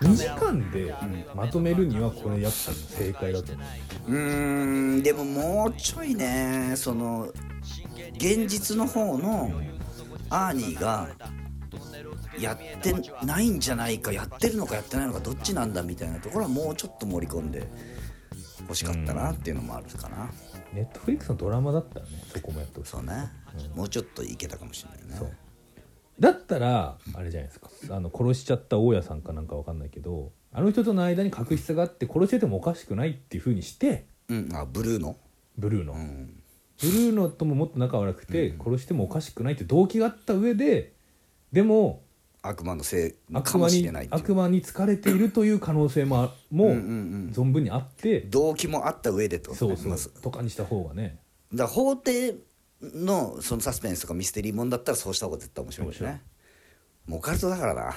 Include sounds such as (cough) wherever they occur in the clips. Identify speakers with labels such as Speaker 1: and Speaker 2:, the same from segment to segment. Speaker 1: 2時間でまとめるにはこれやったら正解だと思う
Speaker 2: うーんでももうちょいねその現実の方のアーニーがやってないんじゃないかやってるのかやってないのかどっちなんだみたいなところはもうちょっと盛り込んで欲しかったなっていうのもあるかな、
Speaker 1: ネットフリックスのドラマだったらねそこもやってほしい
Speaker 2: そうね、もうちょっといけたかもしれないね
Speaker 1: そうだったらあれじゃないですかあの殺しちゃった大家さんかなんかわかんないけどあの人との間に確執があって殺しててもおかしくないっていうふうにして
Speaker 2: うんあブルーの
Speaker 1: ブルーの、
Speaker 2: うん
Speaker 1: ブルーノとももっと仲悪くて、殺してもおかしくないって動機があった上ででも
Speaker 2: 悪魔のせい
Speaker 1: 悪
Speaker 2: か
Speaker 1: 魔
Speaker 2: もし
Speaker 1: に
Speaker 2: れないっていう
Speaker 1: 悪魔に疲れているという可能性もあもう
Speaker 2: うんうん
Speaker 1: 存分にあって、
Speaker 2: 動機もあった上でってこと
Speaker 1: そ
Speaker 2: ね
Speaker 1: うそう、
Speaker 2: まず
Speaker 1: とかにした方がね
Speaker 2: だから法廷のそのサスペンスとかミステリーもんだったらそうした方が絶対面白いよ
Speaker 1: 面白
Speaker 2: ねもうオカルトだからな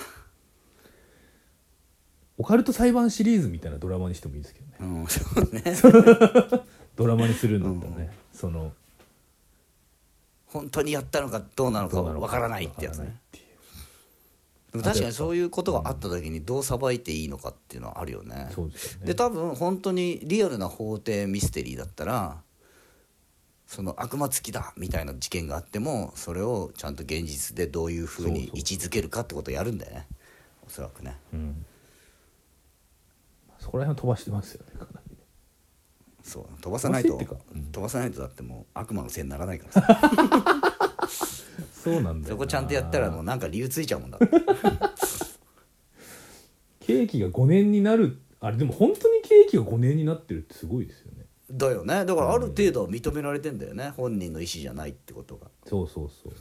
Speaker 1: オカルト裁判シリーズみたいなドラマにしてもいいですけどね
Speaker 2: うん (laughs) そうね
Speaker 1: ドラマにするんだったらね、その
Speaker 2: 本当にやったのかどうなのか
Speaker 1: どうなの
Speaker 2: わからないってやつ
Speaker 1: わからない
Speaker 2: ね
Speaker 1: っていう
Speaker 2: でも確かにそういうことがあった時にどうさばいていいのかっていうのはあるよね
Speaker 1: そうですよね
Speaker 2: で多分本当にリアルな法廷ミステリーだったらその悪魔つきだみたいな事件があってもそれをちゃんと現実でどういうふうに
Speaker 1: そうそう
Speaker 2: 位置づけるかってことをやるんだよねおそらくね
Speaker 1: うんそこら辺は飛ばしてますよねかなりね
Speaker 2: そう飛ばさない
Speaker 1: 飛ばせ
Speaker 2: と
Speaker 1: ってかうん
Speaker 2: 飛ばさないとだってもう悪魔のせいにならな
Speaker 1: (laughs)
Speaker 2: いからさ
Speaker 1: そうなんだよな
Speaker 2: そこちゃんとやったらもうなんか理由ついちゃうもんだって
Speaker 1: ケーキが5年になるあれでも本当にケーキが5年になってるってすごいですよね
Speaker 2: だよねだからある程度は認められてんだよね本人の意思じゃないってことが
Speaker 1: そうそうそう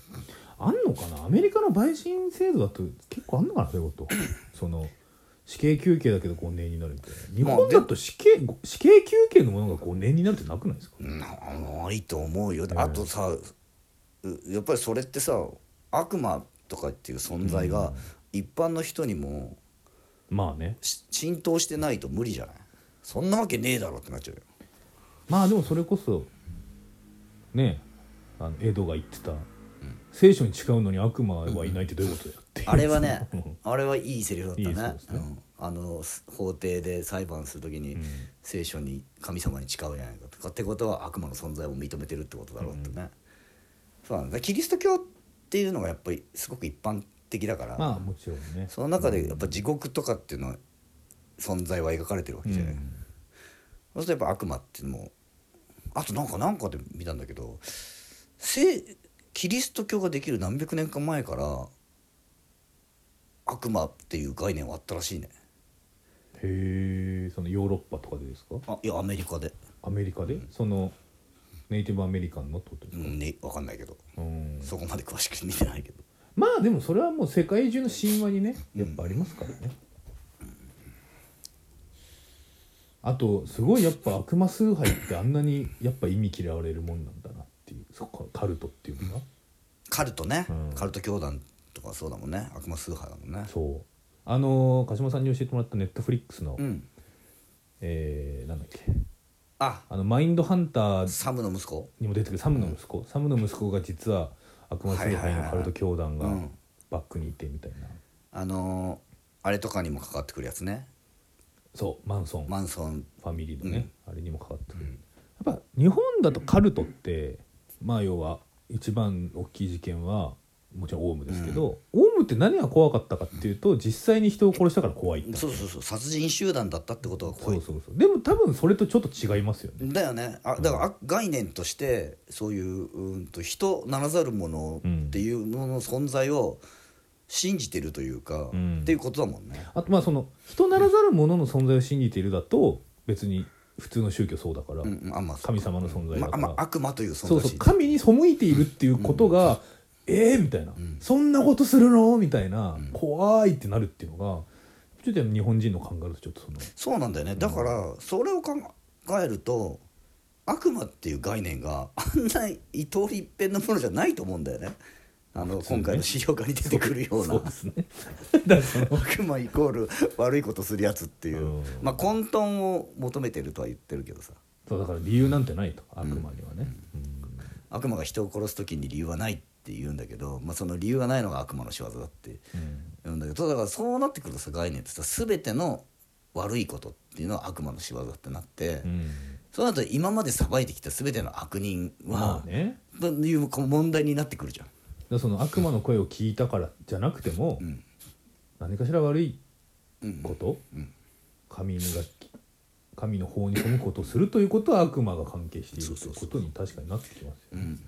Speaker 1: あんのかなアメリカの陪審制度だと結構あんのかなそう
Speaker 2: (coughs)
Speaker 1: いうことその死刑求刑だけど5年になるみたいな日
Speaker 2: まあ
Speaker 1: 本だと死刑,、死刑求刑のものが5年になるってなくないですか
Speaker 2: なないと思うよあとさうやっぱりそれってさ悪魔とかっていう存在が一般の人にも
Speaker 1: まあね
Speaker 2: し浸透してないと無理じゃないそんなわけねえだろってなっちゃうよ
Speaker 1: まあでもそれこそねあのエドが言ってた、聖書に誓うのに悪魔はいないってどういうことだよっていう、
Speaker 2: あれ
Speaker 1: (laughs)
Speaker 2: はね
Speaker 1: うん、
Speaker 2: あれはいいセリフだったね
Speaker 1: いいセリフですね
Speaker 2: うんあのす法廷で裁判するときに、
Speaker 1: うん
Speaker 2: 聖書に神様に誓うじゃないかとかってことは悪魔の存在を認めてるってことだろうってね、そうなんだキリスト教っていうのがやっぱりすごく一般的だから、
Speaker 1: まあもちろんね
Speaker 2: その中でやっぱ地獄とかっていうのは存在は描かれてるわけじゃない、
Speaker 1: うん
Speaker 2: そうするとやっぱ悪魔っていうのもあとなんかなんかで見たんだけど聖キリスト教ができる何百年か前から悪魔っていう概念はあったらしいね
Speaker 1: へえそのヨーロッパとかでですか
Speaker 2: あいやアメリカで、
Speaker 1: アメリカで、そのネイティブアメリカンのってことで
Speaker 2: う
Speaker 1: すか、
Speaker 2: んね、分かんないけど
Speaker 1: うん
Speaker 2: そこまで詳しく見てないけど
Speaker 1: まあでもそれはもう世界中の神話にねやっぱありますからね、あとすごいやっぱ悪魔崇拝ってあんなにやっぱ意味嫌われるもんなんだなっていうそこカルトっていうのが、
Speaker 2: カルトね、
Speaker 1: うん
Speaker 2: カルト教団とかそうだもんね悪魔崇拝だもんね
Speaker 1: そうあのー鹿島さんに教えてもらったネットフリックスの、
Speaker 2: うん
Speaker 1: えーなんだっけ
Speaker 2: あ
Speaker 1: あのマインドハンター
Speaker 2: サムの息子
Speaker 1: にも出てくるサムの息子、サムの息子が実は悪魔崇拝のカルト教団が
Speaker 2: はいはいはいはいうん
Speaker 1: バックにいてみたいな、
Speaker 2: あのーあれとかにもかかってくるやつね
Speaker 1: そうマンソン
Speaker 2: マンソン
Speaker 1: ファミリーのね、あれにもかかってくる、やっぱ日本だとカルトってまあ要は一番大きい事件はもちろんオウムですけど、オウムって何が怖かったかっていうと実際に人を殺したから怖いって
Speaker 2: そうそうそう殺人集団だったってことが
Speaker 1: そ
Speaker 2: 怖
Speaker 1: う
Speaker 2: い
Speaker 1: そうそうでも多分それとちょっと違いますよね
Speaker 2: だよねあだから、あ概念としてそういううんと人ならざるものっていうものの存在を信じてるというか、
Speaker 1: うん
Speaker 2: っていうことだもんね
Speaker 1: あとまあその人ならざる者の存在を信じているだと別に普通の宗教そうだから、
Speaker 2: うんうんあまあ
Speaker 1: 神様の存在だ
Speaker 2: ま
Speaker 1: か
Speaker 2: あ
Speaker 1: ら、
Speaker 2: まあ悪魔という存
Speaker 1: そ
Speaker 2: 在
Speaker 1: う
Speaker 2: を
Speaker 1: そう
Speaker 2: 信じてる
Speaker 1: 神に背いているっていうことが、ええー、みたいな、そんなことするのみたいな、怖いってなるっていうのがちょっとやっぱ日本人の考えるとちょっとその
Speaker 2: そうなんだよねだからそれを考えると悪魔っていう概念があんな伊藤一辺のものじゃないと思うんだよねあの
Speaker 1: 普通ね
Speaker 2: 今回の資料館に出てくるような
Speaker 1: そうですねだからその
Speaker 2: 悪魔イコール悪いことするやつっていう、
Speaker 1: うん
Speaker 2: まあ混沌を求めてるとは言ってるけどさ
Speaker 1: そうだから理由なんてないと悪魔にはね、うん
Speaker 2: 悪魔が人を殺す時に理由はないっって言うんだけど、まあ、その理由がないのが悪魔の仕業だって言うんだけどだからそうなってくるとさ概念ってさ全ての悪いことっていうのは悪魔の仕業ってなって、そうなると今まで裁いてきた全ての悪人
Speaker 1: ま
Speaker 2: は
Speaker 1: あ、ね
Speaker 2: というこう問題になってくるじゃん。
Speaker 1: だからその悪魔の声を聞いたからじゃなくても、
Speaker 2: ん
Speaker 1: 何かしら悪い
Speaker 2: うん
Speaker 1: こと、
Speaker 2: うん
Speaker 1: 神のが神の法に背くことをするということは悪魔が関係しているということに確かになってきますよ、ね
Speaker 2: ん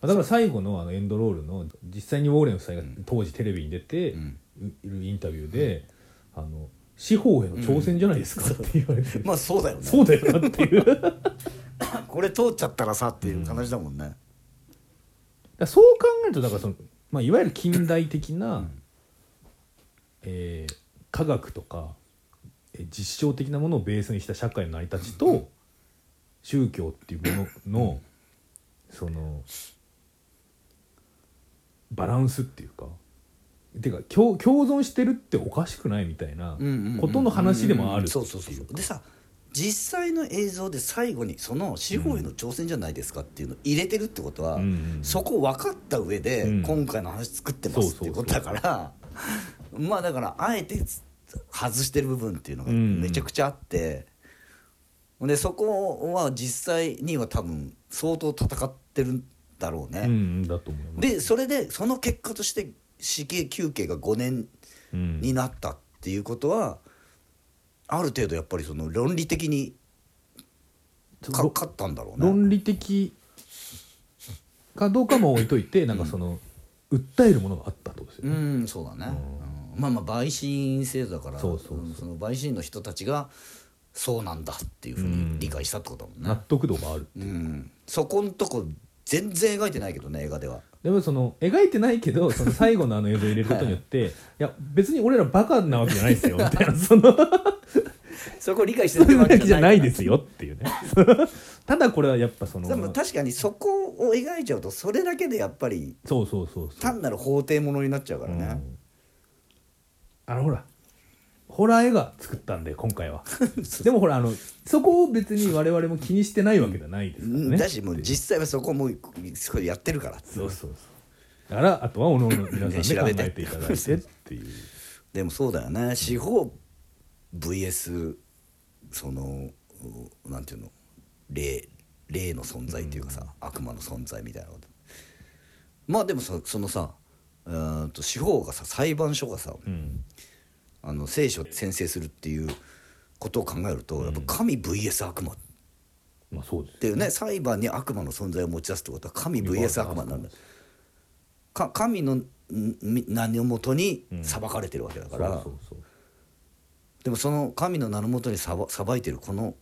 Speaker 1: だから最後のあのエンドロールの実際にウォーレン夫妻が当時テレビに出て
Speaker 2: ん
Speaker 1: いるインタビューで、あの司法への挑戦じゃないですかって言われて、
Speaker 2: まあそうだよね
Speaker 1: そうだよなっていうだか
Speaker 2: これ通っちゃったらさっていう話だもんね。
Speaker 1: らそう考えるとだからその、まあ、いわゆる近代的な、えー科学とかえー実証的なものをベースにした社会の成り立ちと宗教っていうもののそのバランスっていうかてか共共存してるっておかしくないみたいなことの話でもあるって
Speaker 2: そうそうそ
Speaker 1: いう
Speaker 2: うでさ実際の映像で最後にその司法への挑戦じゃないですかっていうのを入れてるってことは、
Speaker 1: うんうん
Speaker 2: そこ分かった上で、
Speaker 1: うん
Speaker 2: 今回の話作ってますっていうことだからまあだから (laughs) あえてつ外してる部分っていうのが
Speaker 1: うん
Speaker 2: めちゃくちゃあって、でそこは実際には多分相当戦ってるんだろう
Speaker 1: うんう
Speaker 2: ね。
Speaker 1: んだと思います。
Speaker 2: でそれでその結果として死刑求刑が5年
Speaker 1: うん
Speaker 2: になったっていうことはある程度やっぱりその論理的にか
Speaker 1: ろ
Speaker 2: 勝ったんだろうね。
Speaker 1: 論理的かどうかも置いといてなんかその訴えるものがあったってことですよ
Speaker 2: う
Speaker 1: ね。
Speaker 2: んそうだね、うんまあまあ陪審制度だから
Speaker 1: そうそうそうん
Speaker 2: その陪審の人たちがそうなんだっていうふうに理解したってことだもん
Speaker 1: 納
Speaker 2: ね、
Speaker 1: 得度がある
Speaker 2: うんそこんとこ全然描いてないけどね映画では
Speaker 1: でもその描いてないけどその最後のあの映像を入れることによって、い、や別に俺らバカなわけじゃないですよみ
Speaker 2: (laughs)
Speaker 1: たいなその
Speaker 2: そこ理解し
Speaker 1: (laughs)
Speaker 2: て
Speaker 1: そういうわけじゃないですすよっていうねただこれはやっぱその
Speaker 2: でも確かにそこを描いちゃうとそれだけでやっぱり
Speaker 1: そうそうそうそう、
Speaker 2: 単なる法廷ものになっちゃうから
Speaker 1: う
Speaker 2: ね、
Speaker 1: んあのほらホラー映画作ったんで今
Speaker 2: (laughs)
Speaker 1: 回はでもほらあのそこを別に我々も気にしてないわけじゃないですからね
Speaker 2: だしもう実際はそこもうそれやってるから
Speaker 1: そうそうそうだからあとはおのおの皆さんで
Speaker 2: ね調
Speaker 1: 考
Speaker 2: べて
Speaker 1: えていただいてっていう
Speaker 2: でもそうだよね司法 VS そのうなんていうの霊霊の存在っていうかさ、悪魔の存在みたいなことまあでもそそのさうーんと司法がさ裁判所がさ、
Speaker 1: うん
Speaker 2: あの聖書を宣誓するっていうことを考えると、やっぱ神 VS 悪魔っ
Speaker 1: まあそうですよ
Speaker 2: ていうね裁判に悪魔の存在を持ち出すってことは神 VS 悪魔になるんだか神のんみ名のもとに裁かれてるわけだ
Speaker 1: そ
Speaker 2: か
Speaker 1: う
Speaker 2: ら、
Speaker 1: そうそう
Speaker 2: でもその神の名のもとにさば裁いてるこの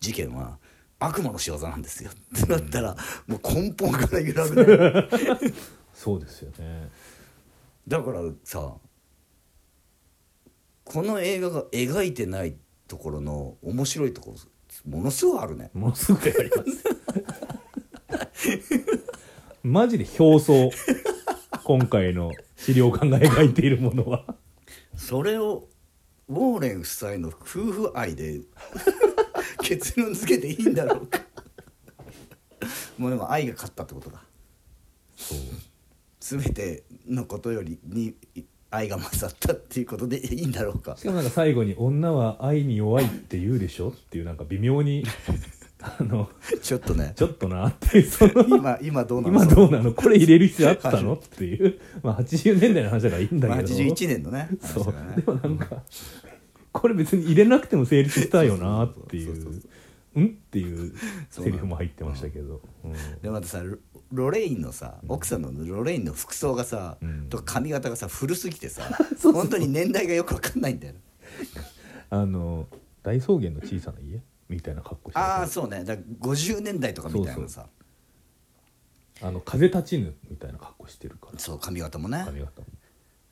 Speaker 2: 事件は悪魔の仕業なんですよ (laughs) ってなったら、もう根本から揺らぐね
Speaker 1: そうですよね
Speaker 2: だからさこの映画が描いてないところの面白いところものすごいあるね
Speaker 1: ものすごくやりますマジで表層今回の資料館が描いているものは
Speaker 2: それをウォーレン夫妻の夫婦愛で (laughs) 結論付けていいんだろうかもうでも愛が勝ったってことだ
Speaker 1: そう
Speaker 2: 全てのことよりにい愛が勝ったっていうことでいいんだろうか
Speaker 1: しかもなんか最後に「女は愛に弱いって言うでしょ」っていうなんか微妙にあの
Speaker 2: ちょっとね
Speaker 1: ちょっとなっていうその
Speaker 2: 今今どうなの
Speaker 1: 今どうなのこれ入れる必要あった
Speaker 2: (laughs)
Speaker 1: のっていうまあ80年代の話だからいいんだ
Speaker 2: まあ
Speaker 1: けど
Speaker 2: 81年のね
Speaker 1: そう
Speaker 2: 話だからね
Speaker 1: でもなんかこれ別に入れなくても成立したよなってい
Speaker 2: そうそう
Speaker 1: う
Speaker 2: そ
Speaker 1: うんっていうセリフも入ってましたけど、うん
Speaker 2: でまたさロロレインのさ奥さんのロレインの服装がさ、
Speaker 1: うん
Speaker 2: と髪型がさ古すぎてさ
Speaker 1: (laughs) そうそう
Speaker 2: 本当に年代がよくわかんないんだよね
Speaker 1: あの大草原の小さな家みたいな格好して
Speaker 2: あ
Speaker 1: た
Speaker 2: あそうねだから50年代とかみたいなさ
Speaker 1: そ
Speaker 2: そう
Speaker 1: あの風立ちぬみたいな格好してるから
Speaker 2: 髪型もね
Speaker 1: 髪型も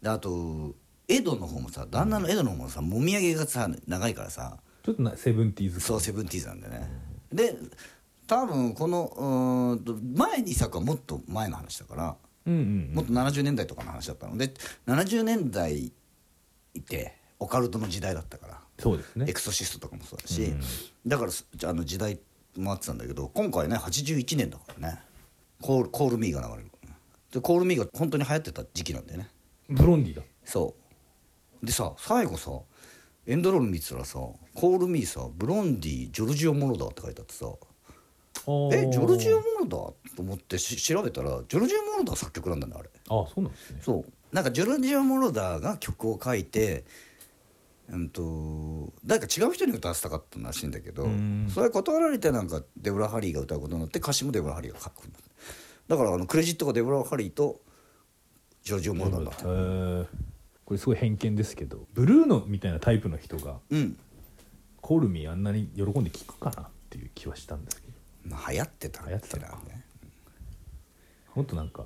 Speaker 2: であと江戸の方もさ旦那の江戸の方もさもみあげがさ長いからさ
Speaker 1: ちょっとなセブンティーズ
Speaker 2: そうセブンティーズなんだよね、で多分このうーんと前に作はもっと前の話だから
Speaker 1: うんうん
Speaker 2: もっと70年代とかの話だったので70年代ってオカルトの時代だったから、
Speaker 1: そうですね
Speaker 2: エクソシストとかもそうだし、だからそあの時代もあってたんだけど今回ね81年だからね「コール・コール・ミー」が流れるからねでコールミーが本当に流行ってた時期なんだよね
Speaker 1: ブロンディだ
Speaker 2: そうでさ最後さエンドロール見てたらさ「コールミーさブロンディジョルジオ・モロダー」って書いてあってさ「えジョルジオ・モロダー?」と思ってし調べたらジョルジオ・モロダー作曲なんだねあれ
Speaker 1: あそうなんですね
Speaker 2: そうなんかジョルジオ・モロダーが曲を書いてうんと誰か違う人に歌わせたかったらしいんだけど
Speaker 1: うん
Speaker 2: それ断られてなんかデブラ・ハリーが歌うことになって歌詞もデブラ・ハリーが書くんだだからあのクレジットがデブラ・ハリーとジョルジオ・モロダーだった
Speaker 1: へーこれすごい偏見ですけどブルーノみたいなタイプの人が
Speaker 2: うん
Speaker 1: コールミーあんなに喜んで聴くかなっていう気はしたんですけど
Speaker 2: まあ流行ってた
Speaker 1: 流行ってたの
Speaker 2: な
Speaker 1: かもっとなんか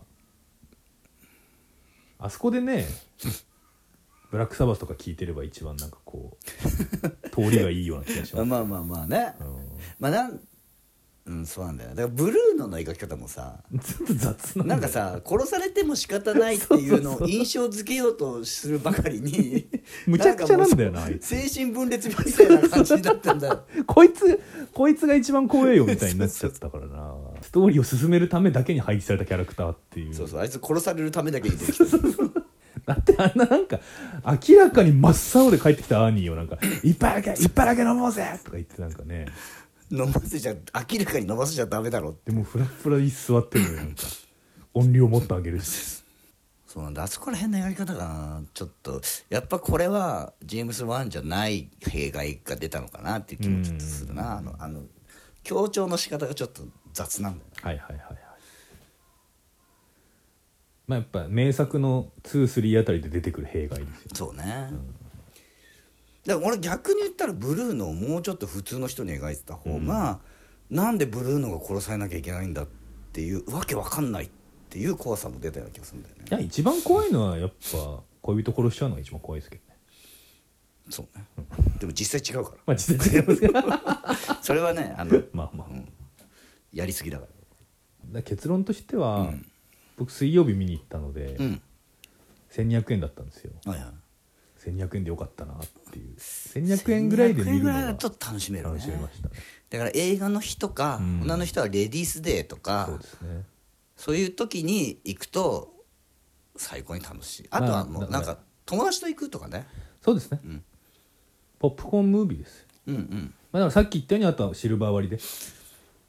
Speaker 1: あそこで
Speaker 2: (laughs)
Speaker 1: ねブラックサバスとか聴いてれば一番なんかこう通りがいいような気がします、
Speaker 2: まあまあまあね、
Speaker 1: う
Speaker 2: まあなんうんそうなんだよねだからブルーノの描き方もさ
Speaker 1: ん、ちょっと雑なんだ
Speaker 2: (laughs) なんかさ殺されても仕方ないっていうのを印象付けようとするばかりに
Speaker 1: (laughs) むちゃくちゃなんだよな
Speaker 2: かもう
Speaker 1: あいつ
Speaker 2: 精神分裂みたいな感じになってんだよ
Speaker 1: こいつこいつが一番怖えよみたいになっちゃったからなストーリーを進めるためだけに配置されたキャラクターっていう
Speaker 2: そうそうあいつ殺されるためだけに出てきた
Speaker 1: だってあんななんか明らかに真っ青で帰ってきたアーニーをなんか「いっぱいだけいっぱいだけ飲もうぜ!」とか言ってなんかね
Speaker 2: 飲ませちゃ明らかに飲ませちゃダメだろ
Speaker 1: でもフラフラに座ってるのよなんか音量もっと上げるし
Speaker 2: そうなんだあそこら辺のやり方がなちょっとやっぱこれはジェームス・ワンじゃない弊害が出たのかなっていう気もちょっとするなあのあの強調の仕方がちょっと雑なんだよ
Speaker 1: はいはいはいはいまあやっぱ名作の23あたりで出てくる弊害ですよ
Speaker 2: そうね、だから俺逆に言ったらブルーノをもうちょっと普通の人に描いてた方が、なんでブルーノが殺されなきゃいけないんだっていうわけわかんないっていう怖さも出たような気がするんだよね
Speaker 1: いや一番怖いのはやっぱ恋人殺しちゃうのが一番怖いですけどね
Speaker 2: そうねでも実際違うか
Speaker 1: まあ実 (laughs) 際違いますけどま
Speaker 2: ら (laughs) それはねあの
Speaker 1: あまあ、だか
Speaker 2: やりすぎだから
Speaker 1: ら結論としては、僕水曜日見に行ったので、
Speaker 2: うん
Speaker 1: 1200円だったんですよ
Speaker 2: はいはい
Speaker 1: 1200円でよかったなっていう1200円ぐらいで見るの
Speaker 2: 1200円ぐらい
Speaker 1: が
Speaker 2: だと楽しめるね
Speaker 1: 楽しめましたね
Speaker 2: だから映画の日とか、
Speaker 1: うん
Speaker 2: 女の人はレディースデーとか
Speaker 1: そうですね
Speaker 2: そういう時に行くと最高に楽しいあとはも
Speaker 1: ま
Speaker 2: う
Speaker 1: あ
Speaker 2: なん
Speaker 1: だ
Speaker 2: か友達と行くとかね
Speaker 1: そうですね、
Speaker 2: ん
Speaker 1: ポップコーンムービーですよ
Speaker 2: うんうん
Speaker 1: まあ、だからさっき言ったようにあとはシルバー割りで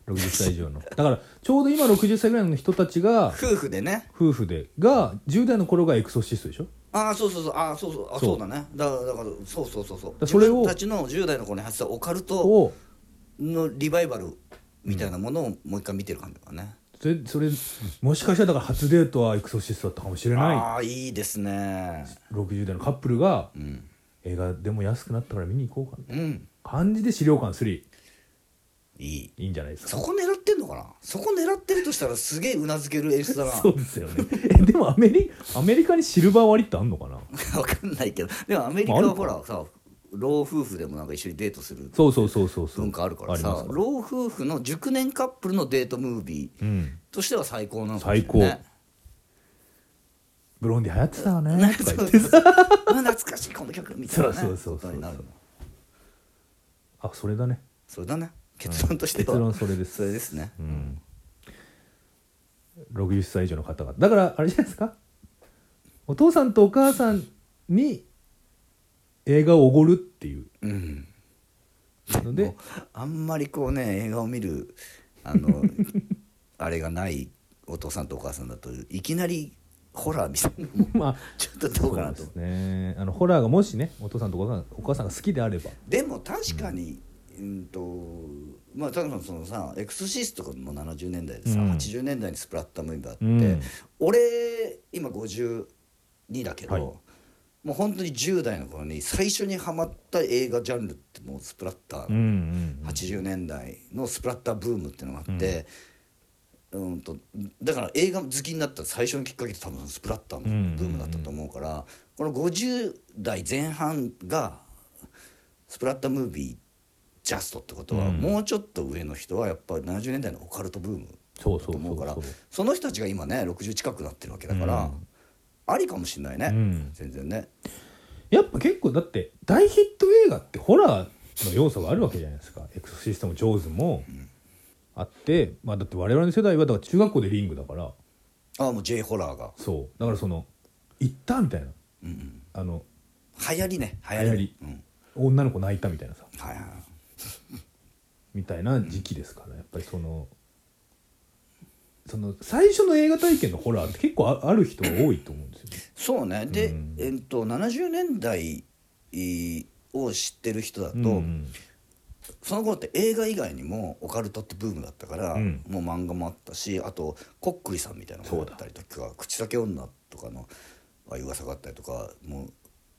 Speaker 1: 60歳以上
Speaker 2: (laughs)
Speaker 1: のだからちょうど今60歳ぐらいの人たちが
Speaker 2: 夫婦でね
Speaker 1: 夫婦でが10代の頃がエクソシストでしょ
Speaker 2: ああそうそうそうああそうそう
Speaker 1: そ
Speaker 2: あそううだねだからだからそうそうそうそう
Speaker 1: らそれを
Speaker 2: 自分たちの10代の頃に発したオカルト
Speaker 1: を
Speaker 2: のリバイバルみたいなものをもう一回見てる感じだからね、
Speaker 1: それそれもしかしたらだから初デートはエクソシストだったかもしれな
Speaker 2: ああいいですね
Speaker 1: い60代のカップルが
Speaker 2: うん
Speaker 1: 映画でも安くなったから見に行こうかな
Speaker 2: うん
Speaker 1: 感じで資料館3
Speaker 2: いい
Speaker 1: いいんじゃないですか
Speaker 2: そこ狙ってんのかなそこ狙ってるとしたらすげえうなずける演出だな
Speaker 1: (laughs) そうですよね。えでもアメリアメリカにシルバー割りってあんのかな。
Speaker 2: わかんないけどでもアメリカはほらさ老夫婦でもなんか一緒にデートする
Speaker 1: そうそうそうそうそう。
Speaker 2: 文化あるから
Speaker 1: りま
Speaker 2: さ
Speaker 1: すから
Speaker 2: 老夫婦の熟年カップルのデートムービー
Speaker 1: うん。
Speaker 2: としては最高なのかもし
Speaker 1: 最高
Speaker 2: れない (laughs) ね。
Speaker 1: ブロンディ流行ってたよね
Speaker 2: ね
Speaker 1: とか
Speaker 2: そ
Speaker 1: 言っ
Speaker 2: うそ
Speaker 1: て
Speaker 2: うそうあ懐かしいこの曲みたいなね
Speaker 1: そうそうそうそう
Speaker 2: ことになるの
Speaker 1: あそれだね。
Speaker 2: それだね結論としては
Speaker 1: 結論それです
Speaker 2: それですね
Speaker 1: うん。60歳以上の方がだからあれじゃないですか。お父さんとお母さんに映画をおごるっていう
Speaker 2: うん
Speaker 1: ので
Speaker 2: (laughs) あんまりこうね映画を見るあの (laughs) あれがないお父さんとお母さんだといきなりホラーみたいなのも
Speaker 1: まあ。
Speaker 2: ちょっとどうかなと
Speaker 1: そうですね、あのホラーがもしねお父さんとお母さんお母さんが好きであれば
Speaker 2: でも確かに、うんとまあ高野さんそのさ「エクソシスト」とかも70年代でさ、
Speaker 1: うん
Speaker 2: 80年代にスプラッタムービーがあって、
Speaker 1: うん
Speaker 2: 俺今52だけど、
Speaker 1: はい
Speaker 2: もう本当に10代の頃に最初にハマった映画ジャンルってもうスプラッター、
Speaker 1: うんうんうん
Speaker 2: 80年代のスプラッターブームっていうのがあって、うん、とだから映画好きになった最初のきっかけって多分スプラッターのブームだったと思うから、この50代前半がスプラッタームービージャストってことは、
Speaker 1: うん
Speaker 2: もうちょっと上の人はやっぱり70年代のオカルトブーム
Speaker 1: そうそう
Speaker 2: と
Speaker 1: そ
Speaker 2: 思
Speaker 1: う
Speaker 2: うから
Speaker 1: そ
Speaker 2: そうの人たちが今ね60近くなってるわけだから、
Speaker 1: うん
Speaker 2: ありかもしれないね、
Speaker 1: うん
Speaker 2: 全然ね。
Speaker 1: やっぱ結構だって大ヒット映画ってホラーの要素があるわけじゃないですか「エクソシスト」も「ジョーズ」もあって、まあ、だって我々の世代はだから中学校でリングだから
Speaker 2: ああもう J ホラーが、
Speaker 1: そうだからその行ったみたいな
Speaker 2: うんうん、
Speaker 1: あの
Speaker 2: 流行りね流行
Speaker 1: 流行り
Speaker 2: うん、
Speaker 1: 女の子泣いたみたいなさ
Speaker 2: はいはい
Speaker 1: みたいな時期ですから、やっぱりそのその最初の映画体験のホラーって結構あある人が多いと思うんですよね。
Speaker 2: そうねで、
Speaker 1: うん
Speaker 2: えっと、70年代を知ってる人だと、
Speaker 1: うん
Speaker 2: その頃って映画以外にもオカルトってブームだったから、
Speaker 1: うん
Speaker 2: もう漫画もあったしあとコックリさんみたいなの
Speaker 1: そ
Speaker 2: が
Speaker 1: う
Speaker 2: あ
Speaker 1: だ
Speaker 2: ったりとか口裂け女とかのああいう噂があったりとかも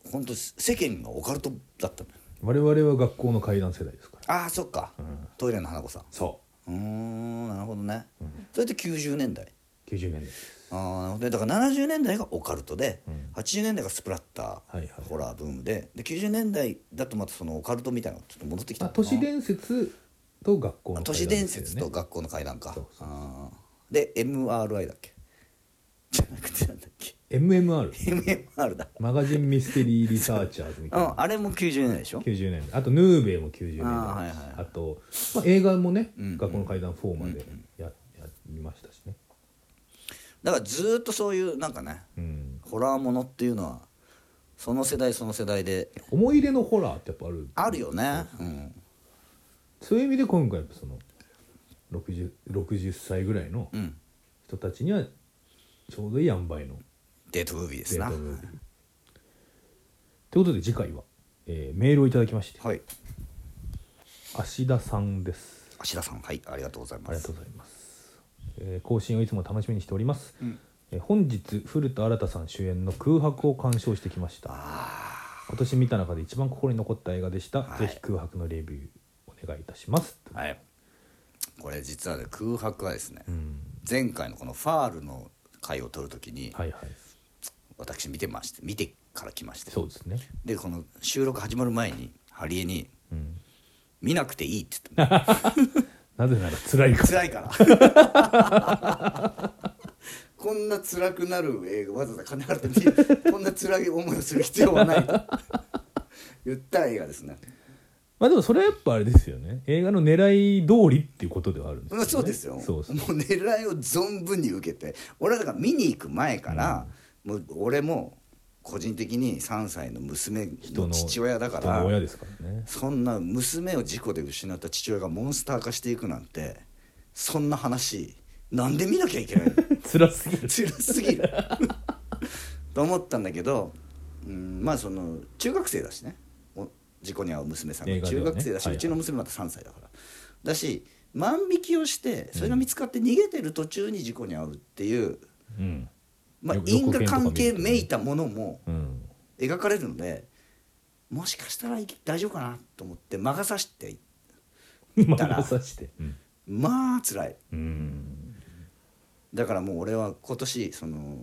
Speaker 2: う本当世間がオカルトだったのよ
Speaker 1: 我々は学校の怪談世代ですから。
Speaker 2: ああそっか、
Speaker 1: ん
Speaker 2: トイレの花子さん
Speaker 1: そう
Speaker 2: ーんなるほどね、それって90年代
Speaker 1: う90年代です。
Speaker 2: あーなるほどねだから70年代がオカルトで、
Speaker 1: うん
Speaker 2: 80年代がスプラッター、
Speaker 1: はいはい
Speaker 2: ホラーブームでで90年代だとまたそのオカルトみたいなのがちょっと戻ってきた
Speaker 1: まあ
Speaker 2: のか
Speaker 1: 都市
Speaker 2: な
Speaker 1: 伝説と学校の怪談
Speaker 2: 都市伝説と学校の階段か
Speaker 1: そうそうそう
Speaker 2: あーで MRI だっけじゃなくてなんだっけ
Speaker 1: MMR
Speaker 2: MMR だ
Speaker 1: マガジンミステリーリサーチャーズみた
Speaker 2: う
Speaker 1: いな。
Speaker 2: (laughs) んあれも90年代でしょ
Speaker 1: 90年代あとヌーベイも90年代
Speaker 2: あーはいはいはい
Speaker 1: あと、まあ、映画もね、
Speaker 2: うんうん
Speaker 1: 学校の怪談4までや,、やりましたしね、
Speaker 2: だからずーっとそういうなんかね
Speaker 1: うん、
Speaker 2: ホラーものっていうのはその世代その世代で
Speaker 1: 思い入れのホラーってやっぱある
Speaker 2: あるよねうん
Speaker 1: そういう意味で今回やっぱその 60, 60歳ぐらいの
Speaker 2: うん
Speaker 1: 人たちにはちょうどいい塩梅の
Speaker 2: デートムービーです
Speaker 1: デー
Speaker 2: な
Speaker 1: トムービー。ということで次回は、えーメールをいただきまして
Speaker 2: はい
Speaker 1: 芦田さんです
Speaker 2: 芦田さんはいありがとうござい
Speaker 1: あ
Speaker 2: ま
Speaker 1: りが
Speaker 2: す
Speaker 1: とうございます、えー更新をいつも楽しみにしております、
Speaker 2: ん
Speaker 1: えー本日古田新太さん主演の空白を鑑賞してきました今年見た中で一番心に残った映画でした、
Speaker 2: はい
Speaker 1: ぜひ空白のレビューお願いいたします、
Speaker 2: はいこれ実はね空白はですね
Speaker 1: うん
Speaker 2: 前回のこのファールの回を取るときに
Speaker 1: はいはい
Speaker 2: 私見てまして見てから来まして
Speaker 1: そうですね
Speaker 2: でこの収録始まる前にハリエに
Speaker 1: うん
Speaker 2: 「見なくていい」って
Speaker 1: (laughs)
Speaker 2: 言った
Speaker 1: なぜなら辛いか
Speaker 2: の
Speaker 1: ら
Speaker 2: 辛いから (laughs) こんな辛くなる映画わざわざ金払って見こんな辛い思いをする必要はな
Speaker 1: (laughs)
Speaker 2: いと言った映画ですね
Speaker 1: (laughs) まあでもそれはやっぱあれですよね映画の狙い通りっていうことではあるんですよ
Speaker 2: まあ
Speaker 1: ね
Speaker 2: そうですよ
Speaker 1: そうそう
Speaker 2: もう狙いを存分に受けて俺はだから見に行く前から、もう俺も個人的に3歳の娘
Speaker 1: 人
Speaker 2: の
Speaker 1: の
Speaker 2: 父親だか
Speaker 1: 人の親
Speaker 2: ら
Speaker 1: ですからね
Speaker 2: そんな娘を事故で失った父親がモンスター化していくなんてそんな話なんで見なきゃいけないの
Speaker 1: 辛すぎる
Speaker 2: 辛すぎると思ったんだけど、うん、まあその中学生だしねお事故に遭う娘さんが、
Speaker 1: 映画では
Speaker 2: 中
Speaker 1: ね
Speaker 2: 学生だし、
Speaker 1: はいはいう
Speaker 2: ちの娘まだ3歳だからだし万引きをしてそれが見つかって逃げてる途中に事故に遭うっていう、
Speaker 1: うん
Speaker 2: まあ、
Speaker 1: よく
Speaker 2: 因果
Speaker 1: 予告編と
Speaker 2: 関
Speaker 1: か見
Speaker 2: 係
Speaker 1: るとね
Speaker 2: めいたものも
Speaker 1: (laughs) うん
Speaker 2: 描かれるのでもしかしたらい大丈夫かなと思って魔が差して
Speaker 1: 今
Speaker 2: たら
Speaker 1: さしてうん
Speaker 2: まあ辛い
Speaker 1: うん
Speaker 2: だからもう俺は今年その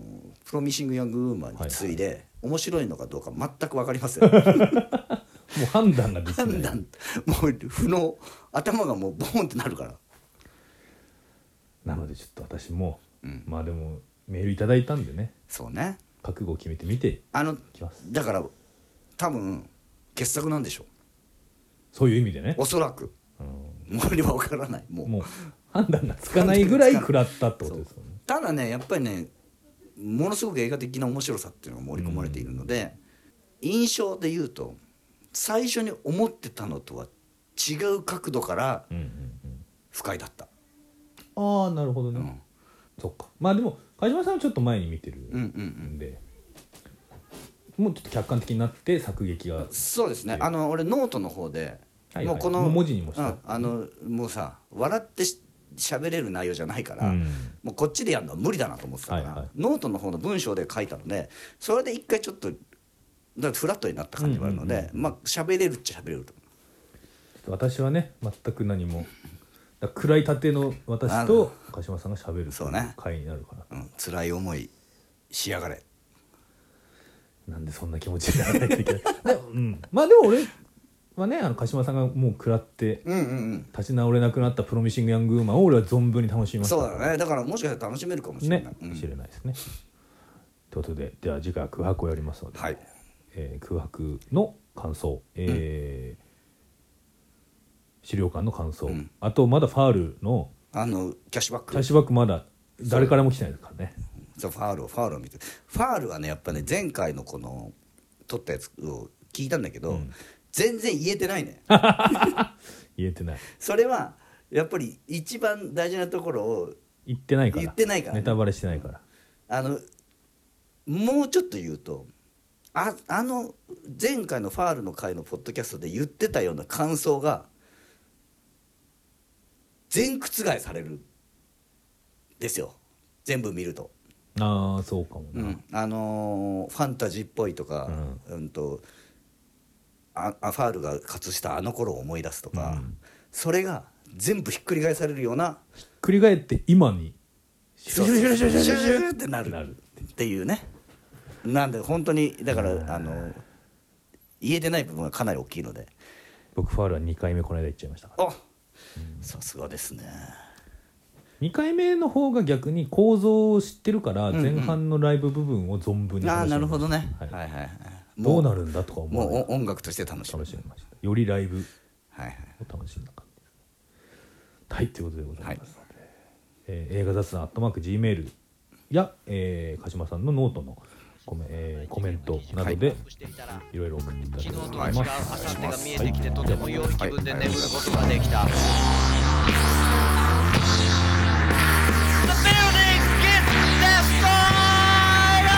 Speaker 2: プロミシング・ヤング・ウーマンに次いで、面白いのかどうか全く分かりま (laughs) せん
Speaker 1: もう判断ができない
Speaker 2: 判断もう不能頭がもうボーンってなるから
Speaker 1: なのでちょっと私も、
Speaker 2: うん
Speaker 1: まあでもメールいただいたんでね
Speaker 2: そうね
Speaker 1: 覚悟を決めて見て
Speaker 2: あの
Speaker 1: きます
Speaker 2: だから多分傑作なんでしょ
Speaker 1: そういう意味でね
Speaker 2: うお、そらく
Speaker 1: うん
Speaker 2: もう俺は分からないもう
Speaker 1: もう判断がつかないぐらい食らったってことですよね
Speaker 2: ただねやっぱりねものすごく映画的な面白さっていうのが盛り込まれているので、印象で言うと最初に思ってたのとは違う角度から
Speaker 1: うんうん
Speaker 2: 不快だった、
Speaker 1: うんああなるほどね、
Speaker 2: うん
Speaker 1: そっかまあでも梶島さんはちょっと前に見てる
Speaker 2: うんうんうん
Speaker 1: んで、もうちょっと客観的になって作劇が
Speaker 2: そうですねあの俺ノートの方で、
Speaker 1: はいはい
Speaker 2: もうこの
Speaker 1: もう文字にもし
Speaker 2: う
Speaker 1: た
Speaker 2: んあのもうさ笑ってし喋れる内容じゃないから、
Speaker 1: うん
Speaker 2: もうこっちでやるのは無理だなと思ってたから、
Speaker 1: はいはい
Speaker 2: ノートの方の文章で書いたのでそれで一回ちょっとだからフラットになった感じもあるので、まあ喋れるっちゃ喋れると
Speaker 1: 私はね全く何もだから暗いたての私と鹿島さんがしゃべるってい
Speaker 2: そうね
Speaker 1: 回になるから、
Speaker 2: うん、辛い思いしやがれ
Speaker 1: なんでそんな気持ちにならないといけ
Speaker 2: (laughs)
Speaker 1: ないでも、うん、まあでも俺はねあの鹿島さんがもう食らって
Speaker 2: うんうん
Speaker 1: 立ち直れなくなったプロミシング・ヤング・ウーマンを俺は存分に楽しみ
Speaker 2: うん
Speaker 1: ました
Speaker 2: そうだねだからもしかしたら楽しめるかもしれない、
Speaker 1: ね
Speaker 2: う
Speaker 1: か
Speaker 2: ん
Speaker 1: もしれないですね。ということででは次回は空白をやりますので、
Speaker 2: はい
Speaker 1: えー空白の感想、えー資料館の感想、
Speaker 2: うん
Speaker 1: あとまだファールの
Speaker 2: あのキャッシュバッ
Speaker 1: キャッ
Speaker 2: ク
Speaker 1: シュバックまだ誰からも来てないですからね
Speaker 2: そうファールをファールを見てファールはねやっぱね前回のこの撮ったやつを聞いたんだけど、
Speaker 1: うん
Speaker 2: 全然言え
Speaker 1: (laughs)
Speaker 2: てないね
Speaker 1: 言えてない
Speaker 2: それはやっぱり一番大事なところを
Speaker 1: 言ってないから
Speaker 2: 言ってないからね
Speaker 1: ネタバレしてないから
Speaker 2: あのもうちょっと言うとああの前回のファールの回のポッドキャストで言ってたような感想が全覆されるんですよ全部見ると、
Speaker 1: ああそうかも
Speaker 2: う
Speaker 1: な、
Speaker 2: んあのーファンタジーっぽいとか、うんとああファールが活したあの頃を思い出すとか、
Speaker 1: うん
Speaker 2: それが全部ひっくり返されるような
Speaker 1: 繰り返って今に
Speaker 2: シュシュシュシュシュシュシュシュってなるっていうねなんで本当にだからあの言えてない部分がかなり大きいので
Speaker 1: 僕ファウルは2回目この間行っちゃいましたから
Speaker 2: あさすがですね
Speaker 1: 2回目の方が逆に構造を知ってるから
Speaker 2: んうん
Speaker 1: 前半のライブ部分を存分に
Speaker 2: ああ
Speaker 1: 楽し
Speaker 2: な
Speaker 1: み
Speaker 2: る
Speaker 1: ま
Speaker 2: ほ
Speaker 1: した
Speaker 2: どねは
Speaker 1: はいい
Speaker 2: はいはい
Speaker 1: どうな
Speaker 2: る
Speaker 1: るんだとか思
Speaker 2: も
Speaker 1: わないう
Speaker 2: お音楽として楽しむ
Speaker 1: 楽しみましたよりライブ
Speaker 2: はいはい
Speaker 1: を楽しんだ感じですはいということでござ
Speaker 2: はい
Speaker 1: います、えー映画雑談アットマーク Gmail や、えー、鹿島さんのノートのコメ,、えーコメントなどで、い、ろいろ送っていただければと
Speaker 3: 昨日とは
Speaker 1: 思いう
Speaker 3: 違明
Speaker 1: ます
Speaker 3: 後日が見えてきてとても良い気分で眠ることができた The building gets destroyed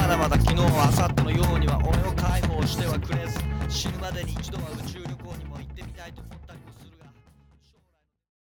Speaker 3: まだまだ昨日は明後日のようには俺を解放してはくれず死ぬまでに一度は宇宙旅行にも行ってみたいと思ったり